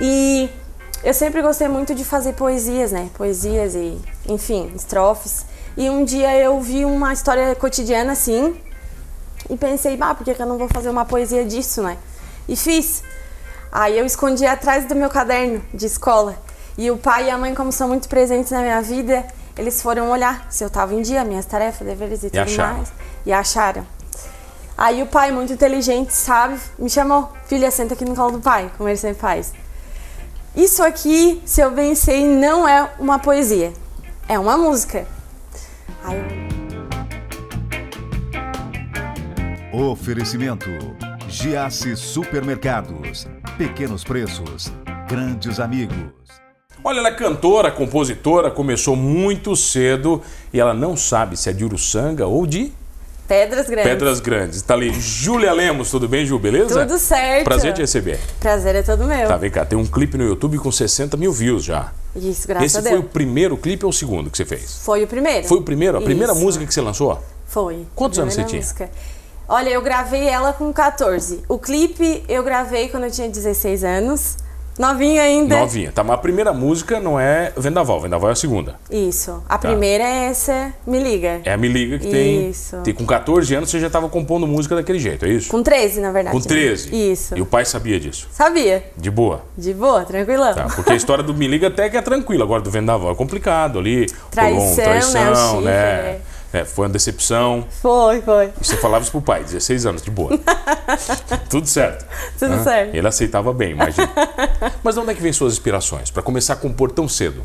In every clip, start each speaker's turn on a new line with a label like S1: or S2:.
S1: E eu sempre gostei muito de fazer poesias, né? Poesias e, enfim, estrofes. E um dia eu vi uma história cotidiana assim e pensei, bah, por que, que eu não vou fazer uma poesia disso, né? E fiz. Aí eu escondi atrás do meu caderno de escola. E o pai e a mãe, como são muito presentes na minha vida, eles foram olhar se eu estava em dia, minhas tarefas, deveres e tudo
S2: acharam.
S1: mais. E acharam. Aí o pai, muito inteligente, sabe, me chamou. Filha, senta aqui no colo do pai, como ele sempre faz. Isso aqui, se eu bem sei, não é uma poesia. É uma música. Aí eu...
S3: Oferecimento: Giasse Supermercados. Pequenos preços, grandes amigos.
S2: Olha, ela é cantora, compositora, começou muito cedo e ela não sabe se é de Uruçanga ou de
S1: Pedras Grandes.
S2: Pedras Grandes. Tá ali, Júlia Lemos, tudo bem, Ju? Beleza?
S1: Tudo certo.
S2: Prazer te receber.
S1: Prazer é todo meu.
S2: Tá, vem cá, tem um clipe no YouTube com 60 mil views já.
S1: Isso, graças
S2: Esse
S1: a
S2: foi
S1: Deus.
S2: o primeiro clipe ou o segundo que você fez?
S1: Foi o primeiro.
S2: Foi o primeiro? A primeira
S1: Isso.
S2: música que você lançou?
S1: Foi.
S2: Quantos anos você
S1: Primeira
S2: tinha?
S1: música. Olha, eu gravei ela com 14. O clipe eu gravei quando eu tinha 16 anos. Novinha ainda.
S2: Novinha, tá? Mas a primeira música não é Vendaval, Vendaval é a segunda.
S1: Isso.
S2: Tá.
S1: A primeira é essa, Me Liga.
S2: É a Me Liga que tem,
S1: Isso.
S2: tem. Com 14 anos você já tava compondo música daquele jeito, é isso?
S1: Com 13, na verdade.
S2: Com
S1: né?
S2: 13.
S1: Isso.
S2: E o pai sabia disso.
S1: Sabia.
S2: De boa.
S1: De boa, tranquilão.
S2: Tá, porque a história do Me Liga até que é tranquila, agora do Vendaval é complicado ali.
S1: Traição,
S2: rolou um
S1: né, o
S2: traição, né?
S1: chifre,
S2: É, foi uma decepção.
S1: Foi, foi.
S2: E você falava isso pro pai, 16 anos, de boa. Tudo certo.
S1: Tudo
S2: né?
S1: certo.
S2: Ele aceitava bem, imagina. Mas de onde é que vem suas inspirações? Pra começar a compor tão cedo?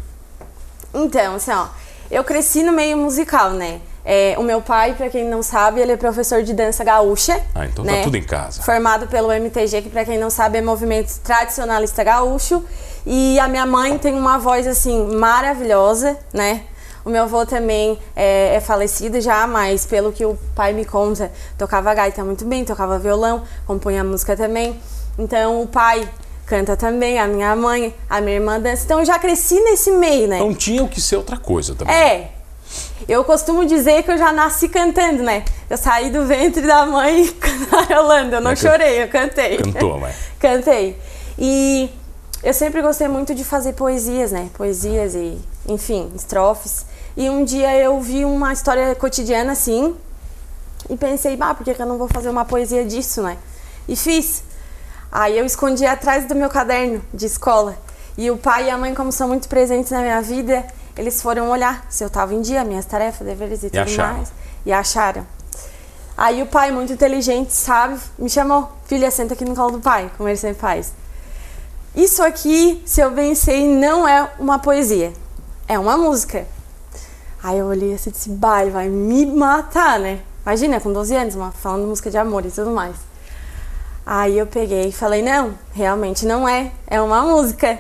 S1: Então, assim, ó, eu cresci no meio musical, né? É, o meu pai, pra quem não sabe, ele é professor de dança gaúcha.
S2: Ah, então tá
S1: né?
S2: tudo em casa.
S1: Formado pelo MTG, que pra quem não sabe é movimento tradicionalista gaúcho. E a minha mãe tem uma voz, assim, maravilhosa, né? O meu avô também é, é falecido já, mas pelo que o pai me conta, tocava gaita muito bem, tocava violão, compunha música também. Então o pai canta também, a minha mãe, a minha irmã dança. Então eu já cresci nesse meio, né?
S2: Então tinha o que ser outra coisa também.
S1: É. Eu costumo dizer que eu já nasci cantando, né? Eu saí do ventre da mãe cantarolando. Eu não
S2: Mas can-
S1: chorei, eu cantei.
S2: Cantou, mãe.
S1: Cantei. E eu sempre gostei muito de fazer poesias, né? Poesias e, enfim, estrofes. E um dia eu vi uma história cotidiana assim e pensei, bah, por que, que eu não vou fazer uma poesia disso, né? E fiz. Aí eu escondi atrás do meu caderno de escola. E o pai e a mãe, como são muito presentes na minha vida, eles foram olhar se eu estava em dia, minhas tarefas, deveres e, tudo
S2: acharam.
S1: mais. E acharam. Aí o pai, muito inteligente, sabe, me chamou. Filha, senta aqui no colo do pai, como ele sempre faz. Isso aqui, se eu bem sei, não é uma poesia. É uma música. Aí eu olhei assim e disse, bah, ele vai me matar, né? Imagina, com 12 anos, uma- falando música de amor e tudo mais. Aí eu peguei e falei, não, realmente não é, é uma música.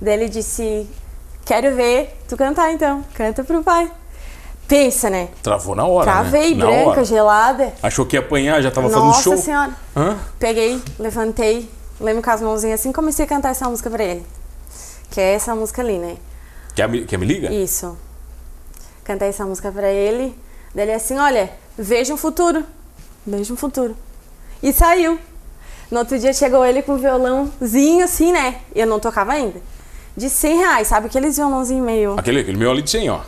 S1: Daí ele disse, quero ver tu cantar então, canta pro pai. Pensa, né?
S2: Travou na hora,
S1: Travei,
S2: né? Na
S1: branca,
S2: hora.
S1: gelada.
S2: Achou que ia apanhar, já tava fazendo
S1: Nossa
S2: show.
S1: senhora.
S2: Hã?
S1: Peguei, levantei, lembro com as mãozinhas assim, comecei a cantar essa música pra ele. Que é essa música ali, né?
S2: Quer me, quer me liga?
S1: Isso. Cantei essa música pra ele. Daí ele assim, olha, veja um futuro. Veja um futuro. E saiu. No outro dia chegou ele com um violãozinho assim, né? Eu não tocava ainda. De 100 reais, sabe? Aqueles violãozinhos meio...
S2: Aquele, aquele meu ali de 100, ó.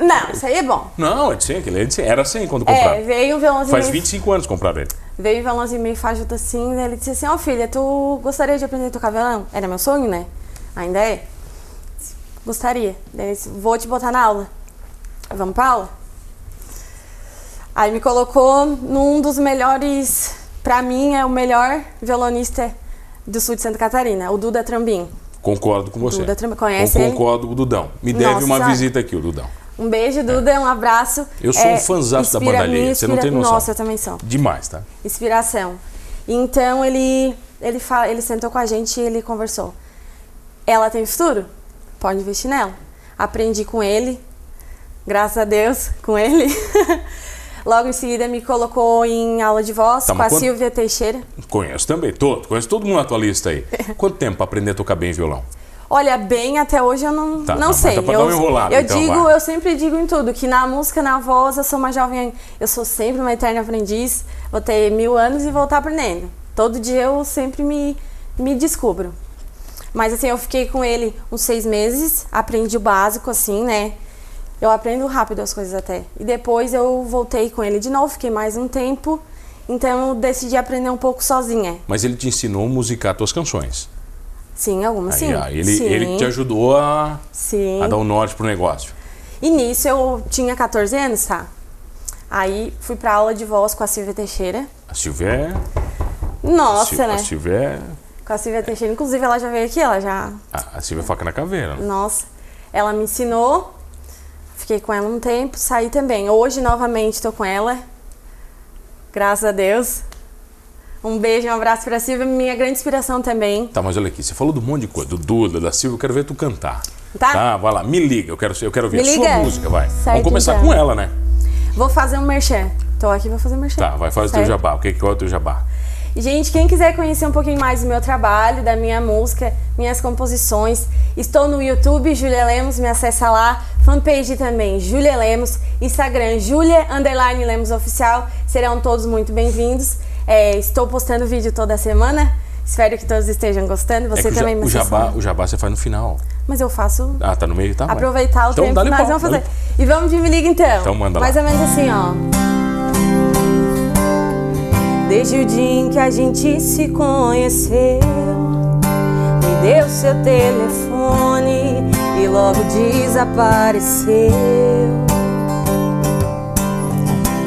S1: Não, isso aí é bom.
S2: Não, é de 100, aquele é de 100. Era 100 quando compraram.
S1: É, veio um violãozinho
S2: Faz
S1: meio...
S2: 25 anos que compraram ele.
S1: Veio um violãozinho meio fajuto assim, daí ele disse assim, ó filha, tu gostaria de aprender a tocar violão? Era meu sonho, né? Ainda é. Gostaria. Daí ele disse, vou te botar na aula. Vamos pra aula? Aí me colocou num dos melhores, pra mim é o melhor violonista do sul de Santa Catarina, o Duda Trambim.
S2: Concordo com você.
S1: Duda Trump- conhece
S2: Con-
S1: ele?
S2: Concordo com o Dudão. Me deve
S1: Nossa
S2: uma
S1: Senhora.
S2: visita aqui, o Dudão.
S1: Um beijo, Duda, um abraço.
S2: É.
S1: É,
S2: Eu sou um fanzaço da
S1: inspira-
S2: banda alheia,
S1: me
S2: você não
S1: inspira-
S2: tem noção.
S1: Nossa, eu também sou.
S2: Demais, tá?
S1: inspiração. Então ele ele fa- ele sentou com a gente e ele conversou. Ela tem futuro? Pode investir nela. Aprendi com ele, graças a Deus, com ele. Logo em seguida me colocou em aula de voz
S2: Tá,
S1: com
S2: mas
S1: a
S2: quando-
S1: Silvia Teixeira.
S2: Conheço também, todo. Conheço todo mundo na tua lista aí. Quanto tempo pra aprender a tocar bem violão?
S1: Olha, bem, até hoje eu não,
S2: Tá, tá,
S1: não
S2: mas
S1: sei.
S2: dá pra
S1: eu
S2: dar uma enrolada,
S1: eu
S2: então,
S1: digo,
S2: vai.
S1: eu sempre digo em tudo, que na música, na voz, eu sou uma jovem, eu sou sempre uma eterna aprendiz, vou ter mil anos e vou estar aprendendo. Todo dia eu sempre me, me descubro. Mas assim, eu fiquei com ele uns seis meses, aprendi o básico, assim, né? Eu aprendo rápido as coisas até. E depois eu voltei com ele de novo, fiquei mais um tempo. Então eu decidi aprender um pouco sozinha.
S2: Mas ele te ensinou a musicar tuas canções.
S1: Sim, algumas
S2: Aí,
S1: sim.
S2: ó, ele,
S1: sim.
S2: ele que te ajudou a,
S1: Sim.
S2: a dar o norte pro negócio.
S1: E nisso eu tinha 14 anos, tá? Aí fui pra aula de voz com a Silvia Teixeira.
S2: A Silvia.
S1: Nossa,
S2: Sil-
S1: né?
S2: A Silvia.
S1: Com a Silvia Teixeira. Inclusive, ela já veio aqui, ela já.
S2: A, a Silvia é faca na caveira. né?
S1: Nossa. Ela me ensinou. Fiquei com ela um tempo, saí também. Hoje, novamente, tô com ela. Graças a Deus. Um beijo, um abraço pra Silvia, minha grande inspiração também.
S2: Tá, mas olha aqui, você falou de um monte de coisa, do Duda, da Silvia, eu quero ver tu cantar.
S1: Tá.
S2: vai lá, me liga, eu quero, eu quero ver
S1: Me
S2: a sua
S1: liga.
S2: música, vai. Vamos
S1: Certo,
S2: começar
S1: então.
S2: com ela, né?
S1: Vou fazer um merchan. Tô aqui, vou fazer um merchan.
S2: Tá, vai, faz o teu
S1: Certo?
S2: jabá. O que que é o teu jabá?
S1: Gente, quem quiser conhecer um pouquinho mais do meu trabalho, da minha música, minhas composições, estou no YouTube, Júlia Lemos, me acessa lá. Fanpage também, Júlia Lemos. Instagram, Júlia Underline Lemos Oficial. Serão todos muito bem-vindos. É, estou postando vídeo toda semana. Espero que todos estejam gostando.
S2: É
S1: Você
S2: que o ja-
S1: também me
S2: o
S1: acessa
S2: jabá,
S1: lá.
S2: o jabá você faz no final.
S1: Mas eu faço
S2: Ah, tá no meio, tá? vai.
S1: aproveitar o
S2: então,
S1: tempo
S2: dá-lhe
S1: que nós
S2: pau,
S1: vamos fazer.
S2: dá-lhe-
S1: E vamos de me liga então.
S2: Então manda lá.
S1: Mais ou menos assim, ó. Desde o dia em que a gente se conheceu, me deu seu telefone e logo desapareceu.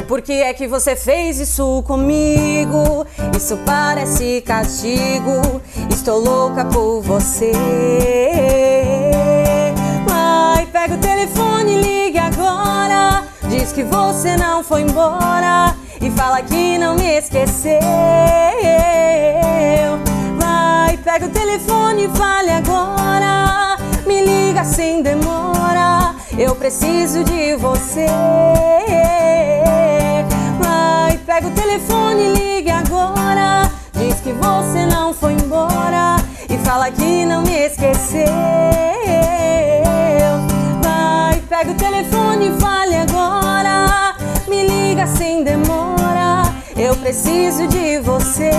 S1: Por que é que você fez isso comigo? Isso parece castigo. Estou louca por você. Vai, pega o telefone e ligue agora. Diz que você não foi embora e fala que não me esqueceu. Vai, pega o telefone e fale agora. Me liga sem demora. Eu preciso de você. Vai, pega o telefone e ligue agora. Diz que você não foi embora e fala que não me esqueceu. Vai, pega o telefone e fale agora. Me liga sem demora. Eu preciso de você.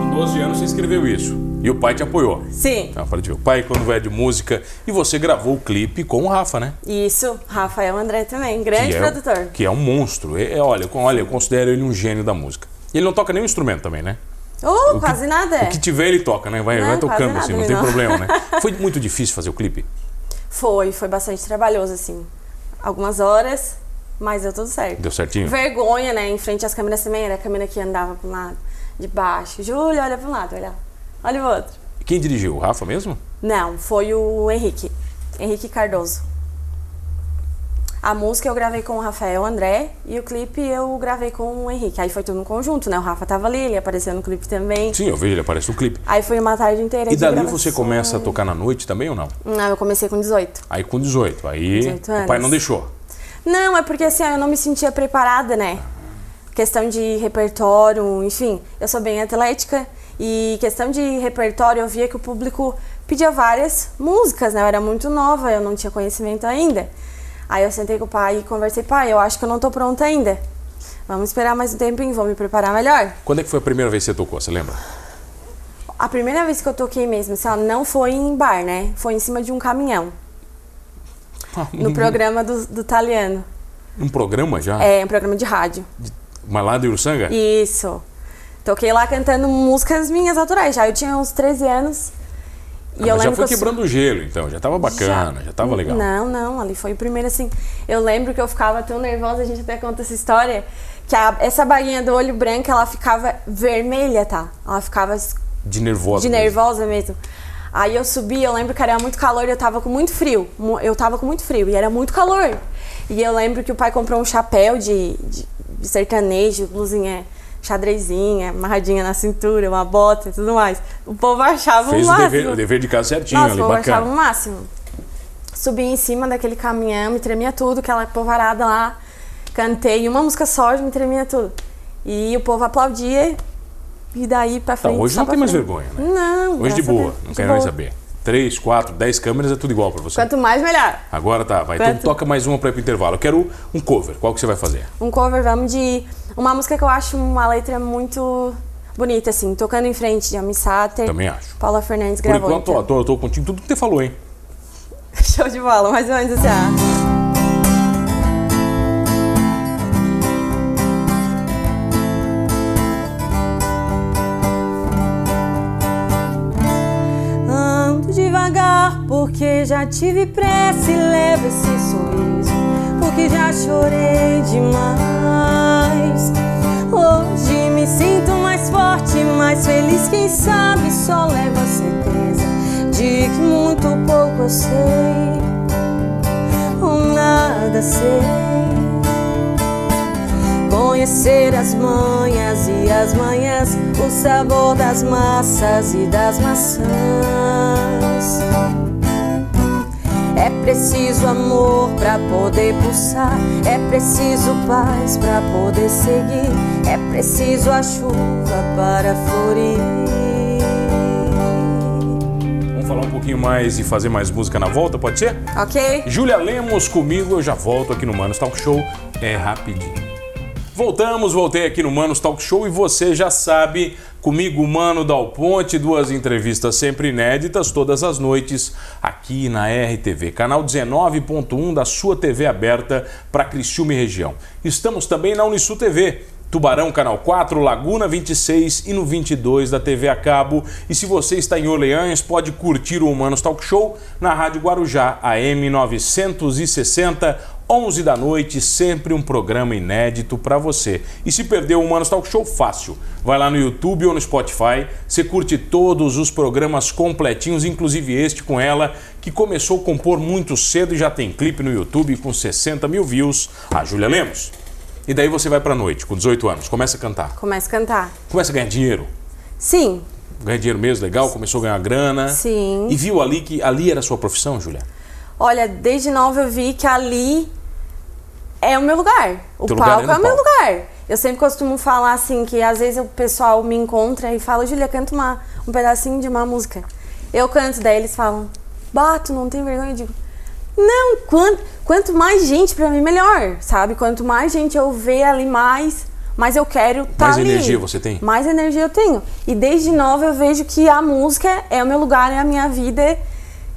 S2: Com 12 anos você escreveu isso. E o pai te apoiou.
S1: Sim,
S2: Ah, para de ver. O pai, quando vai de música. E você gravou o clipe com o Rafa, né?
S1: isso. Rafael André também, grande
S2: que É,
S1: produtor.
S2: que é um monstro. É, é, olha, com- olha, eu considero ele um gênio da música. E Ele não toca nenhum instrumento também, né?
S1: Oh,
S2: O que-
S1: quase nada.
S2: O que tiver ele toca, né? Vai,
S1: Não,
S2: vai
S1: quase
S2: tocando
S1: nada,
S2: assim, não
S1: ele
S2: tem
S1: não.
S2: problema, né? Foi muito difícil fazer o clipe.
S1: Foi, foi bastante trabalhoso, assim. Algumas horas, mas deu tudo certo.
S2: Deu certinho?
S1: Vergonha, né? Em frente às câmeras também, era a câmera que andava para um lado, de baixo. Júlia, olha para um lado, olha lá. Olha o outro.
S2: Quem dirigiu? O Rafa mesmo?
S1: Não, foi o Henrique. Henrique Cardoso. A música eu gravei com o Rafael André e o clipe eu gravei com o Henrique. Aí foi tudo no conjunto, né? O Rafa tava ali, ele apareceu no clipe também.
S2: Sim, eu vejo, ele aparece no clipe.
S1: Aí foi uma tarde inteira
S2: E
S1: de
S2: dali
S1: gravação.
S2: você começa a tocar na noite também ou não?
S1: Não, eu comecei com 18.
S2: Aí com 18. Aí
S1: 18
S2: o pai não
S1: anos.
S2: deixou.
S1: Não, é porque assim, ó, eu não me sentia preparada, né? Questão de repertório, enfim, eu sou bem atlética e questão de repertório eu via que o público pedia várias músicas, né? Eu era muito nova, eu não tinha conhecimento ainda. Aí eu sentei com o pai e conversei, pai, eu acho que eu não tô pronta ainda. Vamos esperar mais um tempinho, vou me preparar melhor.
S2: Quando é que foi a primeira vez que você tocou, você lembra?
S1: A primeira vez que eu toquei mesmo, assim, ó, não foi em bar, né? Foi em cima de um caminhão,
S2: Uhum.
S1: no programa do, do Taliano.
S2: Um programa já?
S1: É, um programa de rádio.
S2: Mas lá do Uruçanga?
S1: Isso. Toquei lá cantando músicas minhas autorais. Já eu tinha uns 13 anos. E
S2: Ah,
S1: eu lembro
S2: mas já foi
S1: que eu...
S2: quebrando o gelo, então. Já tava bacana, já, tava legal.
S1: Não, não, ali foi o primeiro assim. Eu lembro que eu ficava tão nervosa, a gente até conta essa história, que a- essa baguinha do olho branco, ela ficava vermelha, tá? Ela ficava es-
S2: De nervosa.
S1: de
S2: mesmo.
S1: nervosa mesmo. Aí eu subi, eu lembro que era muito calor e eu tava com muito frio. Mu- Eu tava com muito frio e era muito calor. E eu lembro que o pai comprou um chapéu de, de- de sertanejo, blusinha xadrezinha, amarradinha na cintura, uma bota e tudo mais. O povo achava
S2: Fez
S1: um
S2: o
S1: máximo.
S2: dever, o dever de casa certinho
S1: Nossa, um o
S2: ali,
S1: povo achava
S2: bacana.
S1: o máximo. Subi em cima daquele caminhão, me tremia tudo, aquela povarada lá. Cantei uma música só, me tremia tudo. E o povo aplaudia. E daí pra
S2: Tá,
S1: frente.
S2: hoje
S1: só
S2: não
S1: pra
S2: tem mais
S1: frente.
S2: vergonha, né?
S1: Não.
S2: Hoje de
S1: graças a
S2: boa,
S1: Deus.
S2: não
S1: De
S2: quero nem
S1: boa.
S2: saber. três, quatro, dez câmeras, é tudo igual pra você.
S1: Quanto mais, melhor.
S2: Agora tá, vai.
S1: Quanto?
S2: Então toca mais uma pra ir pro intervalo. Eu quero um cover. Qual que você vai fazer?
S1: Um cover, vamos de uma música que eu acho uma letra muito bonita, assim. Tocando em frente de Amy Sater.
S2: Também acho.
S1: Paula Fernandes
S2: Por
S1: gravou.
S2: enquanto, ó,
S1: então.
S2: tô, eu tô contigo tudo que você falou, hein?
S1: Show de bola, mais ou menos assim. ah. Ando devagar, porque já tive pressa e levo esse sorriso, porque já chorei demais. Hoje me sinto mais forte, mais feliz, quem sabe só levo a certeza de que muito pouco eu sei, ou nada sei conhecer as manhas e as manhãs, o sabor das massas e das maçãs. É preciso amor pra poder pulsar, é preciso paz pra poder seguir, é preciso a chuva para florir.
S2: Vamos falar um pouquinho mais e fazer mais música na volta, pode ser?
S1: Ok?
S2: Júlia Lemos comigo, eu já volto aqui no Manos Talk Show, é rapidinho. Voltamos, voltei aqui no Manos Talk Show e você já sabe, comigo, Mano Dal Ponte, duas entrevistas sempre inéditas, todas as noites, aqui na RTV, canal 19.1 da sua TV aberta para Criciúma e região. Estamos também na Unisul TV, Tubarão Canal 4, Laguna 26 e no 22 da TV a cabo. E se você está em Orleans, pode curtir o Humanos Talk Show na Rádio Guarujá, AM 960, 11 da noite, sempre um programa inédito para você. E se perdeu o Humanos Talk Show, fácil. Vai lá no YouTube ou no Spotify, você curte todos os programas completinhos, inclusive este com ela, que começou a compor muito cedo e já tem clipe no YouTube com 60 mil views, a Júlia Lemos. E daí você vai pra noite, com 18 anos, começa a cantar.
S1: Começa a cantar.
S2: Começa a ganhar dinheiro.
S1: Sim,
S2: Ganha dinheiro mesmo, legal, começou a ganhar grana.
S1: Sim.
S2: E viu ali que ali era a sua profissão, Julia?
S1: Olha, desde nova eu vi que ali é o meu lugar. O
S2: Teu lugar
S1: palco é
S2: é no
S1: o meu
S2: palco.
S1: lugar. Eu sempre costumo falar assim que às vezes o pessoal me encontra e fala, Julia, canta uma, um pedacinho de uma música. Eu canto, daí eles falam, bato, não tem vergonha. Eu digo, não, quanto, quanto mais gente pra mim, melhor, sabe? Quanto mais gente eu ver ali, mais, mais eu quero estar
S2: Mais
S1: ali.
S2: energia você tem?
S1: Mais energia eu tenho. E desde nova eu vejo que a música é o meu lugar, é a minha vida.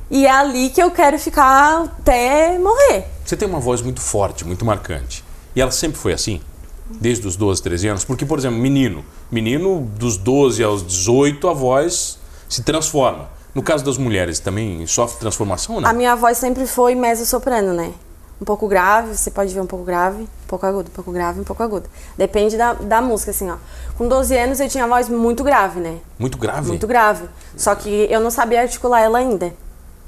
S1: E é ali que eu quero ficar até morrer.
S2: Você tem uma voz muito forte, muito marcante. E ela sempre foi assim? Desde os 12, 13 anos? Porque, por exemplo, menino. Menino, dos 12 aos 18, a voz se transforma. No caso das mulheres, também sofre transformação ou não?
S1: A minha voz sempre foi mezzo-soprano, né? Um pouco grave, você pode ver um pouco grave, um pouco agudo, um pouco grave, um pouco agudo. Depende da, da música, assim, ó. Com 12 anos eu tinha a voz muito grave, né?
S2: Muito grave.
S1: Muito grave. Só que eu não sabia articular ela ainda.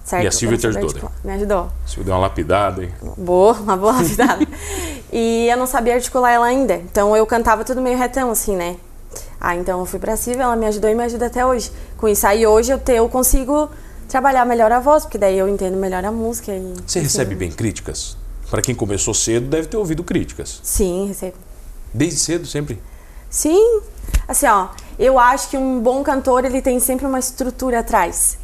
S1: Certo?
S2: E a Silvia
S1: Eu não
S2: te
S1: sabia
S2: ajudou, né?
S1: articular. Me ajudou.
S2: Se eu der uma lapidada, hein?
S1: Boa, uma boa lapidada. e eu não sabia articular ela ainda. Então eu cantava tudo meio retão, assim, né? Ah, então eu fui pra Silvia, ela me ajudou e me ajuda até hoje. Com isso aí, hoje eu, te, eu consigo trabalhar melhor a voz, porque daí eu entendo melhor a música. E...
S2: Você recebe bem críticas? Para quem começou cedo, deve ter ouvido críticas.
S1: Sim, recebo.
S2: Desde cedo, sempre.
S1: Sim. Assim, ó, eu acho que um bom cantor, ele tem sempre uma estrutura atrás.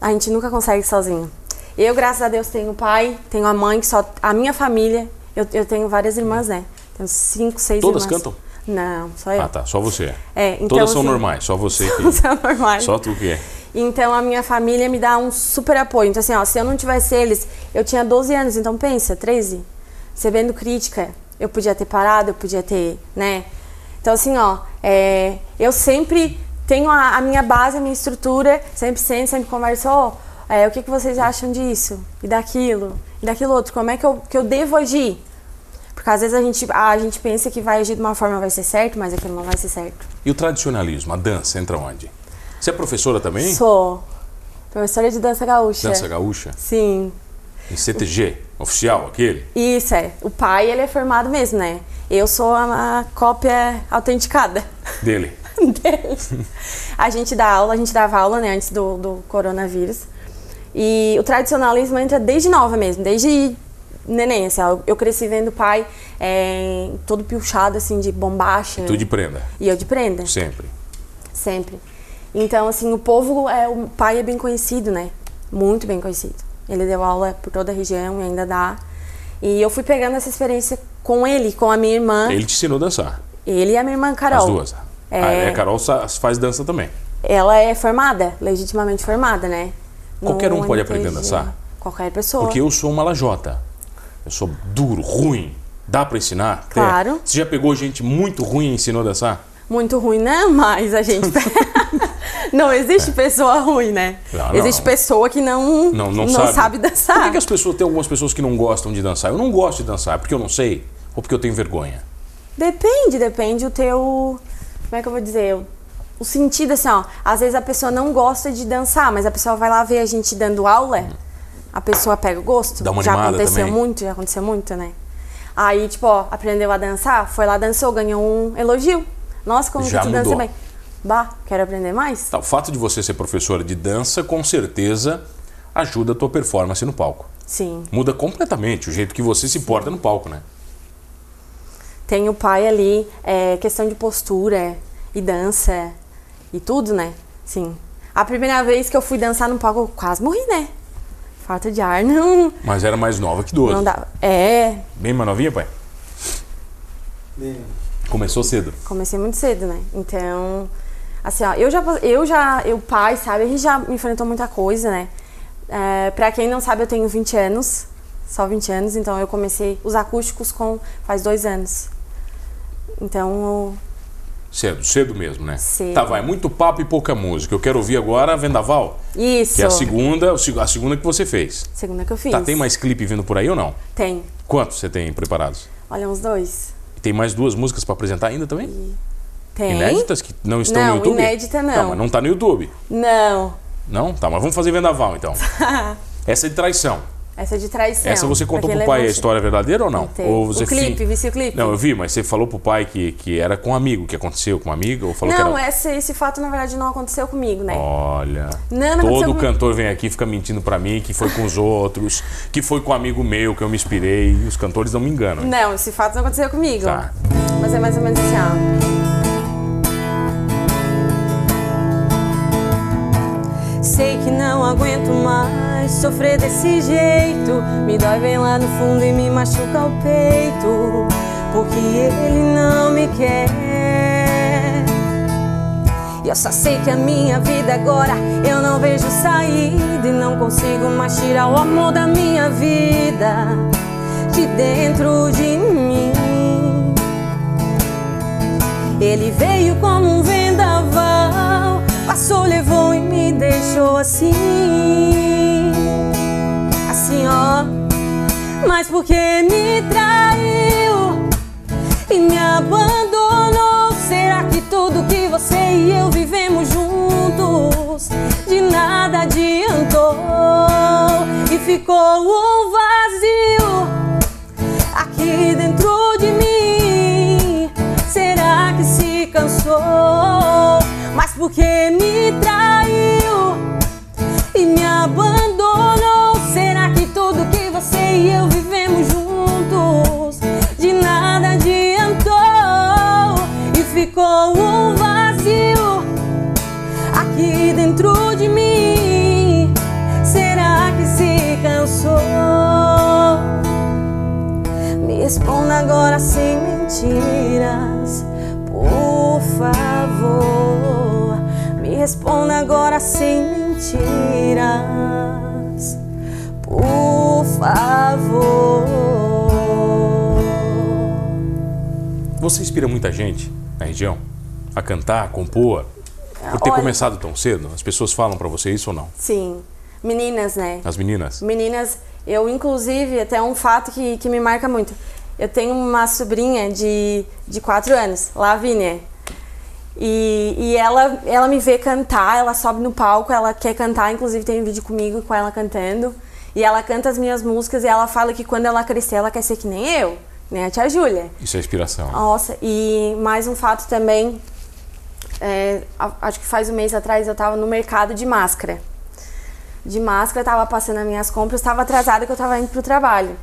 S1: A gente nunca consegue sozinho. Eu, graças a Deus, tenho pai, tenho a mãe, que só a minha família, eu, eu tenho várias irmãs, né? Tenho cinco, seis
S2: Todas
S1: irmãs.
S2: cantam?
S1: Não, só eu.
S2: Ah, tá. Só você.
S1: É, então,
S2: Todas são
S1: assim,
S2: normais, só você que.
S1: São normais.
S2: Só tu que é.
S1: Então a minha família me dá um super apoio. Então, assim, ó, se eu não tivesse eles, eu tinha 12 anos, então pensa, 13, recebendo crítica. Eu podia ter parado, eu podia ter, né? Então, assim, ó, é, eu sempre tenho a, a minha base, a minha estrutura, sempre sento, sempre converso, ó, é, o que, que vocês acham disso? E daquilo? E daquilo outro? Como é que eu, que eu devo agir? Porque às vezes a gente, a gente pensa que vai agir de uma forma vai ser certo, mas aquilo não vai ser certo.
S2: E o tradicionalismo, a dança, entra onde? Você é professora também?
S1: Sou é. professora de dança gaúcha.
S2: Dança gaúcha?
S1: Sim.
S2: Em CTG, oficial, aquele?
S1: Isso é. O pai, ele é formado mesmo, né? Eu sou a, a cópia autenticada
S2: Dele.
S1: dele. A gente dá aula, a gente dava aula, né, antes do, do coronavírus. E o tradicionalismo entra desde nova mesmo, desde neném, assim, ó. Eu- Eu cresci vendo o pai eh, todo pilchado, assim, de bombacha.
S2: Tu de prenda.
S1: E eu de prenda.
S2: Sempre.
S1: Sempre. Então, assim, o povo é. O pai é bem conhecido, né? muito bem conhecido. Ele deu aula por toda a região e ainda dá. E eu fui pegando essa experiência com ele, com a minha irmã.
S2: Ele te ensinou a dançar.
S1: Ele e a minha irmã Carol.
S2: As duas.
S1: É.
S2: A, a Carol sa- faz dança também.
S1: Ela é formada, legitimamente formada, né?
S2: Qualquer um pode aprender a
S1: NTG.
S2: dançar?
S1: Qualquer pessoa.
S2: Porque eu sou uma lajota. Eu sou duro, ruim. Dá pra ensinar?
S1: Claro.
S2: É. Você já pegou gente muito ruim e ensinou a dançar?
S1: Muito ruim, né? Mas a gente. não existe pessoa ruim, né?
S2: É. Não, não.
S1: existe pessoa que não,
S2: Não, não, sabe.
S1: dançar.
S2: Por que, que as pessoas tem algumas pessoas que não gostam de dançar? Eu não gosto de dançar, é porque eu não sei, ou porque eu tenho vergonha.
S1: Depende, depende o teu. Como é que eu vou dizer? O- O sentido, assim, ó. Às vezes a pessoa não gosta de dançar, mas a pessoa vai lá ver a gente dando aula, a pessoa pega o gosto.
S2: Dá uma
S1: já
S2: animada
S1: aconteceu
S2: também.
S1: muito, já aconteceu muito, né? Aí, tipo, ó, aprendeu a dançar, foi lá, dançou, ganhou um elogio. Nossa, como
S2: Já
S1: que tu dança
S2: mudou.
S1: bem. Bah, quero aprender mais?
S2: Tá, o fato de você ser professora de dança, com certeza, ajuda a tua performance no palco.
S1: Sim.
S2: Muda completamente o jeito que você se porta no palco, né?
S1: Tem o pai ali, é, questão de postura e dança e tudo, né? Sim. A primeira vez que eu fui dançar no palco, eu quase morri, né? Falta de ar, não,
S2: Mas era mais nova que 12.
S1: não dava. É,
S2: Bem mais novinha, pai? Começou cedo.
S1: comecei muito cedo, né? Então, assim, ó, eu já, eu já, eu pai, sabe, a gente já enfrentou muita coisa, né? É, pra quem não sabe, eu tenho 20 anos, só 20 anos, então eu comecei os acústicos com faz dois anos. Então,
S2: Cedo, cedo mesmo, né?
S1: Cedo.
S2: Tá, vai. Muito papo e pouca música. Eu quero ouvir agora a Vendaval,
S1: eu- isso.
S2: que é a segunda, o seg- a segunda que você fez.
S1: Segunda que eu fiz.
S2: Tá, tem mais clipe vindo por aí ou não?
S1: Tem.
S2: Quantos você tem preparados?
S1: Olha, uns dois.
S2: E tem mais duas músicas pra apresentar ainda também?
S1: Tem?
S2: Inéditas que não estão
S1: Não,
S2: no YouTube?
S1: inédita não.
S2: Não, mas não tá no YouTube.
S1: Não.
S2: Não? Tá, mas vamos fazer Vendaval então. Essa é de traição.
S1: Essa é de traição.
S2: Essa você contou
S1: Aquele
S2: pro pai a
S1: levante.
S2: história verdadeira ou não?
S1: Contei.
S2: Ou você
S1: o clipe,
S2: fin-
S1: visse o clipe.
S2: Não, eu vi, mas você falou pro pai que, que era com um amigo, que aconteceu com uma amiga, ou falou
S1: Não, é-
S2: que era.
S1: essa- esse fato, na verdade, não aconteceu comigo, né?
S2: Olha.
S1: Não, não aconteceu
S2: todo
S1: comigo.
S2: cantor vem aqui e fica mentindo pra mim que foi com os outros, que foi com um amigo meu que eu me inspirei. E os cantores não me enganam. hein?
S1: Não, esse fato não aconteceu comigo.
S2: Tá.
S1: Mas é mais ou menos assim, ó. Sei que não aguento mais sofrer desse jeito. Me dói bem lá no fundo e me machuca o peito. Porque ele não me quer. E eu só sei que a minha vida agora eu não vejo saída e não consigo mais tirar o amor da minha vida de dentro de mim. Ele veio como um vendaval, passou, levou e me deixou assim, assim ó. Mas porque me traiu? e me abandonou. Será que tudo que você e eu vivemos juntos de nada adiantou? E ficou um vazio aqui dentro de mim. Será que se cansou? Mas porque me traiu? e me abandonou. Será que tudo que você e eu vivemos juntos de nada adiantou? E ficou um vazio aqui dentro de mim. Será que se cansou? Me responda agora sem mentiras, por favor. Me responda agora sem mentiras, por favor.
S2: Você inspira muita gente na região a cantar, a compor, por ter
S1: Olha-
S2: começado tão cedo? As pessoas falam pra você isso ou não?
S1: Sim, meninas, né?
S2: As meninas?
S1: Meninas, eu inclusive, até um fato que, que me marca muito. Eu tenho uma sobrinha de, de 4 anos, Lavínia. E, e ela, ela me vê cantar, ela sobe no palco, ela quer cantar, inclusive tem um vídeo comigo com ela cantando. E ela canta as minhas músicas e ela fala que quando ela crescer ela quer ser que nem eu, nem a tia Júlia.
S2: Isso é inspiração.
S1: Nossa, e mais um fato também. é, a- acho que faz um mês atrás eu tava no mercado de máscara. De máscara, tava passando as minhas compras, tava atrasada que eu tava indo pro trabalho.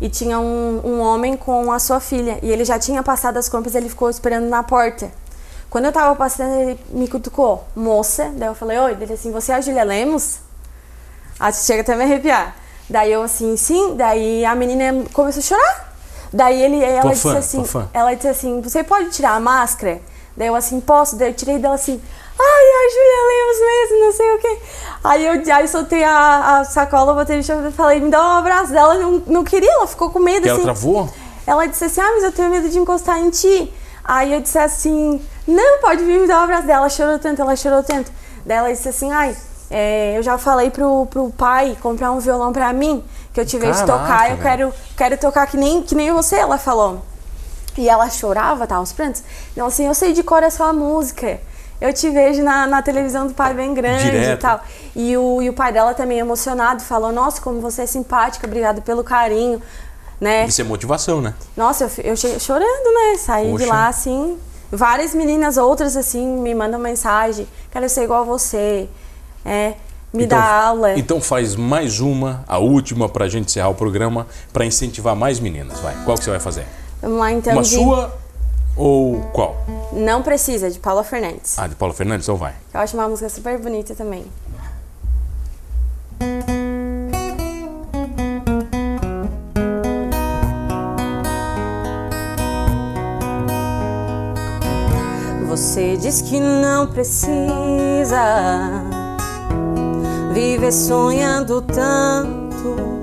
S1: E tinha um, um homem com a sua filha. E ele já tinha passado as compras, ele ficou esperando na porta. Quando eu tava passando, ele me cutucou, moça. Daí eu falei, oi. Ele disse assim, você é a Julia Lemos? Ah, chega até a me arrepiar. Daí eu assim, sim. Daí a menina começou a chorar. Daí ele, ela
S2: Tua
S1: disse
S2: fã,
S1: assim,
S2: tua fã.
S1: ela disse assim, você pode tirar a máscara? Daí eu assim, posso? Daí eu tirei dela assim, ai, a Julia Lemos mesmo, não sei o quê. Aí eu aí soltei a, a sacola, botei no chão e falei, me dá um abraço dela. Não, não queria, ela ficou com medo.
S2: Que ela
S1: assim.
S2: travou?
S1: Ela disse assim, ah, mas eu tenho medo de encostar em ti. Aí eu disse assim, não, pode vir me dar um abraço dela. Ela chorou tanto, ela chorou tanto. Daí ela disse assim, ai, é, eu já falei pro, pro pai comprar um violão pra mim, que eu te vejo
S2: Caraca,
S1: tocar, eu
S2: velho.
S1: quero, quero tocar que nem, que nem você, ela falou. E ela chorava, tá, aos prantos. Então assim, eu sei de cor a sua música. Eu te vejo na, na televisão do pai bem grande
S2: Direto.
S1: e tal. E o, e o pai dela também emocionado falou, nossa, como você é simpática, obrigada pelo carinho, né?
S2: Isso é motivação, né?
S1: Nossa, eu, fi- eu cheguei chorando, né? Saí
S2: Poxa.
S1: de lá assim. Várias meninas, outras assim, me mandam mensagem: quero ser igual a você. É, me dá aula.
S2: Então faz mais uma, a última, pra gente encerrar o programa, pra incentivar mais meninas, vai. Qual que você vai fazer?
S1: Vamos lá, então.
S2: Uma
S1: de-
S2: sua ou qual?
S1: Não precisa, de Paula Fernandes.
S2: Ah, de Paulo Fernandes, então vai.
S1: Eu acho uma música super bonita também. Você diz que não precisa viver sonhando tanto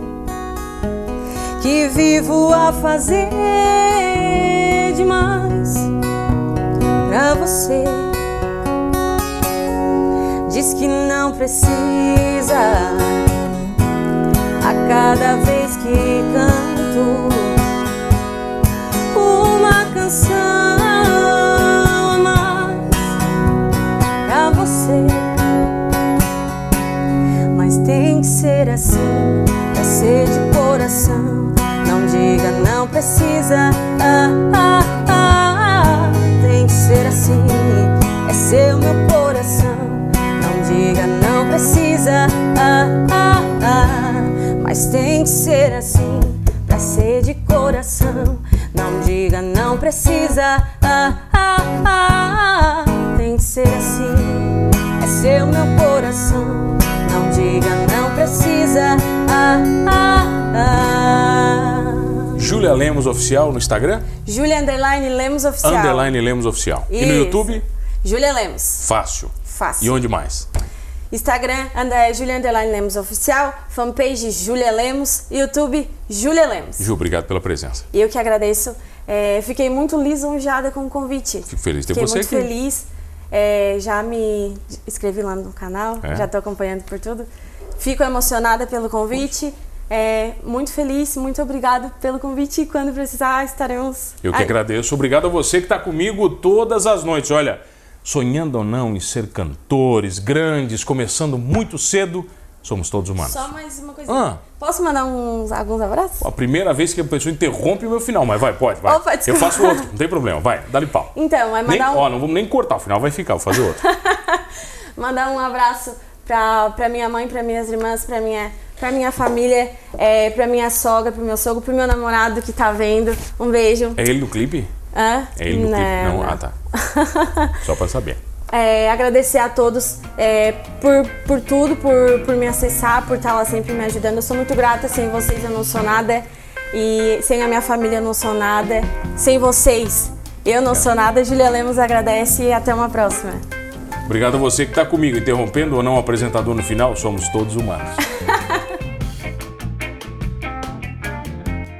S1: que vivo a fazer demais pra você. Diz que não precisa A cada vez que canto Uma canção a mais Pra você Mas tem que ser assim Pra ser de coração Não diga não precisa ah, ah, ah, ah. Tem que ser assim É seu meu coração não diga não precisa, ah, ah, ah, mas tem que ser assim pra ser de coração. Não diga não precisa, ah, ah, ah, ah, tem que ser assim. É seu meu coração. Não diga não precisa, ah, ah, ah.
S2: Júlia Lemos Oficial no Instagram,
S1: Julia Underline Lemos Oficial.
S2: underline Lemos Oficial. E no
S1: Isso.
S2: YouTube,
S1: Julia Lemos.
S2: fácil.
S1: Fácil.
S2: E onde mais?
S1: Instagram, anda- Julia Underline Lemos Oficial, fanpage Julia Lemos, YouTube Julia Lemos.
S2: Ju, obrigado pela presença.
S1: E eu que agradeço. É, fiquei muito lisonjeada com o convite.
S2: Fico feliz de ter
S1: Fiquei
S2: você
S1: muito
S2: aqui.
S1: feliz. É, já me inscrevi lá no canal,
S2: É?
S1: já estou acompanhando por tudo. Fico emocionada pelo convite. É, muito feliz, muito obrigada pelo convite. E Quando precisar, estaremos.
S2: Eu que
S1: aí.
S2: agradeço. Obrigado a você que está comigo todas as noites. Olha, sonhando ou não em ser cantores grandes, começando muito cedo, somos todos humanos.
S1: Só mais uma coisa.
S2: Ah.
S1: Posso mandar uns, alguns abraços?
S2: A primeira vez que a pessoa interrompe o meu final, mas vai, pode, vai.
S1: Opa,
S2: Eu
S1: desculpa.
S2: faço outro, não tem problema, vai, dá-lhe pau.
S1: Então, vai
S2: Nem,
S1: mandar um.
S2: ó, não vamos nem cortar, o final vai ficar, vou fazer outro.
S1: mandar um abraço pra, pra minha mãe, pra minhas irmãs, pra minha, pra minha família, é, pra minha sogra, pro meu sogro, pro meu namorado que tá vendo. Um beijo.
S2: É ele no clipe?
S1: Hã?
S2: É ele no clipe? Não, ah tá. Só pra saber.
S1: É, agradecer a todos é, por, por tudo, por, por me acessar, por estar lá sempre me ajudando. Eu sou muito grata, sem vocês eu não sou nada. E sem a minha família eu não sou nada. Sem vocês eu
S2: É.
S1: não sou nada. Julia Lemos agradece e até uma próxima.
S2: Obrigado a você que está comigo, interrompendo ou não o apresentador no final, somos todos humanos.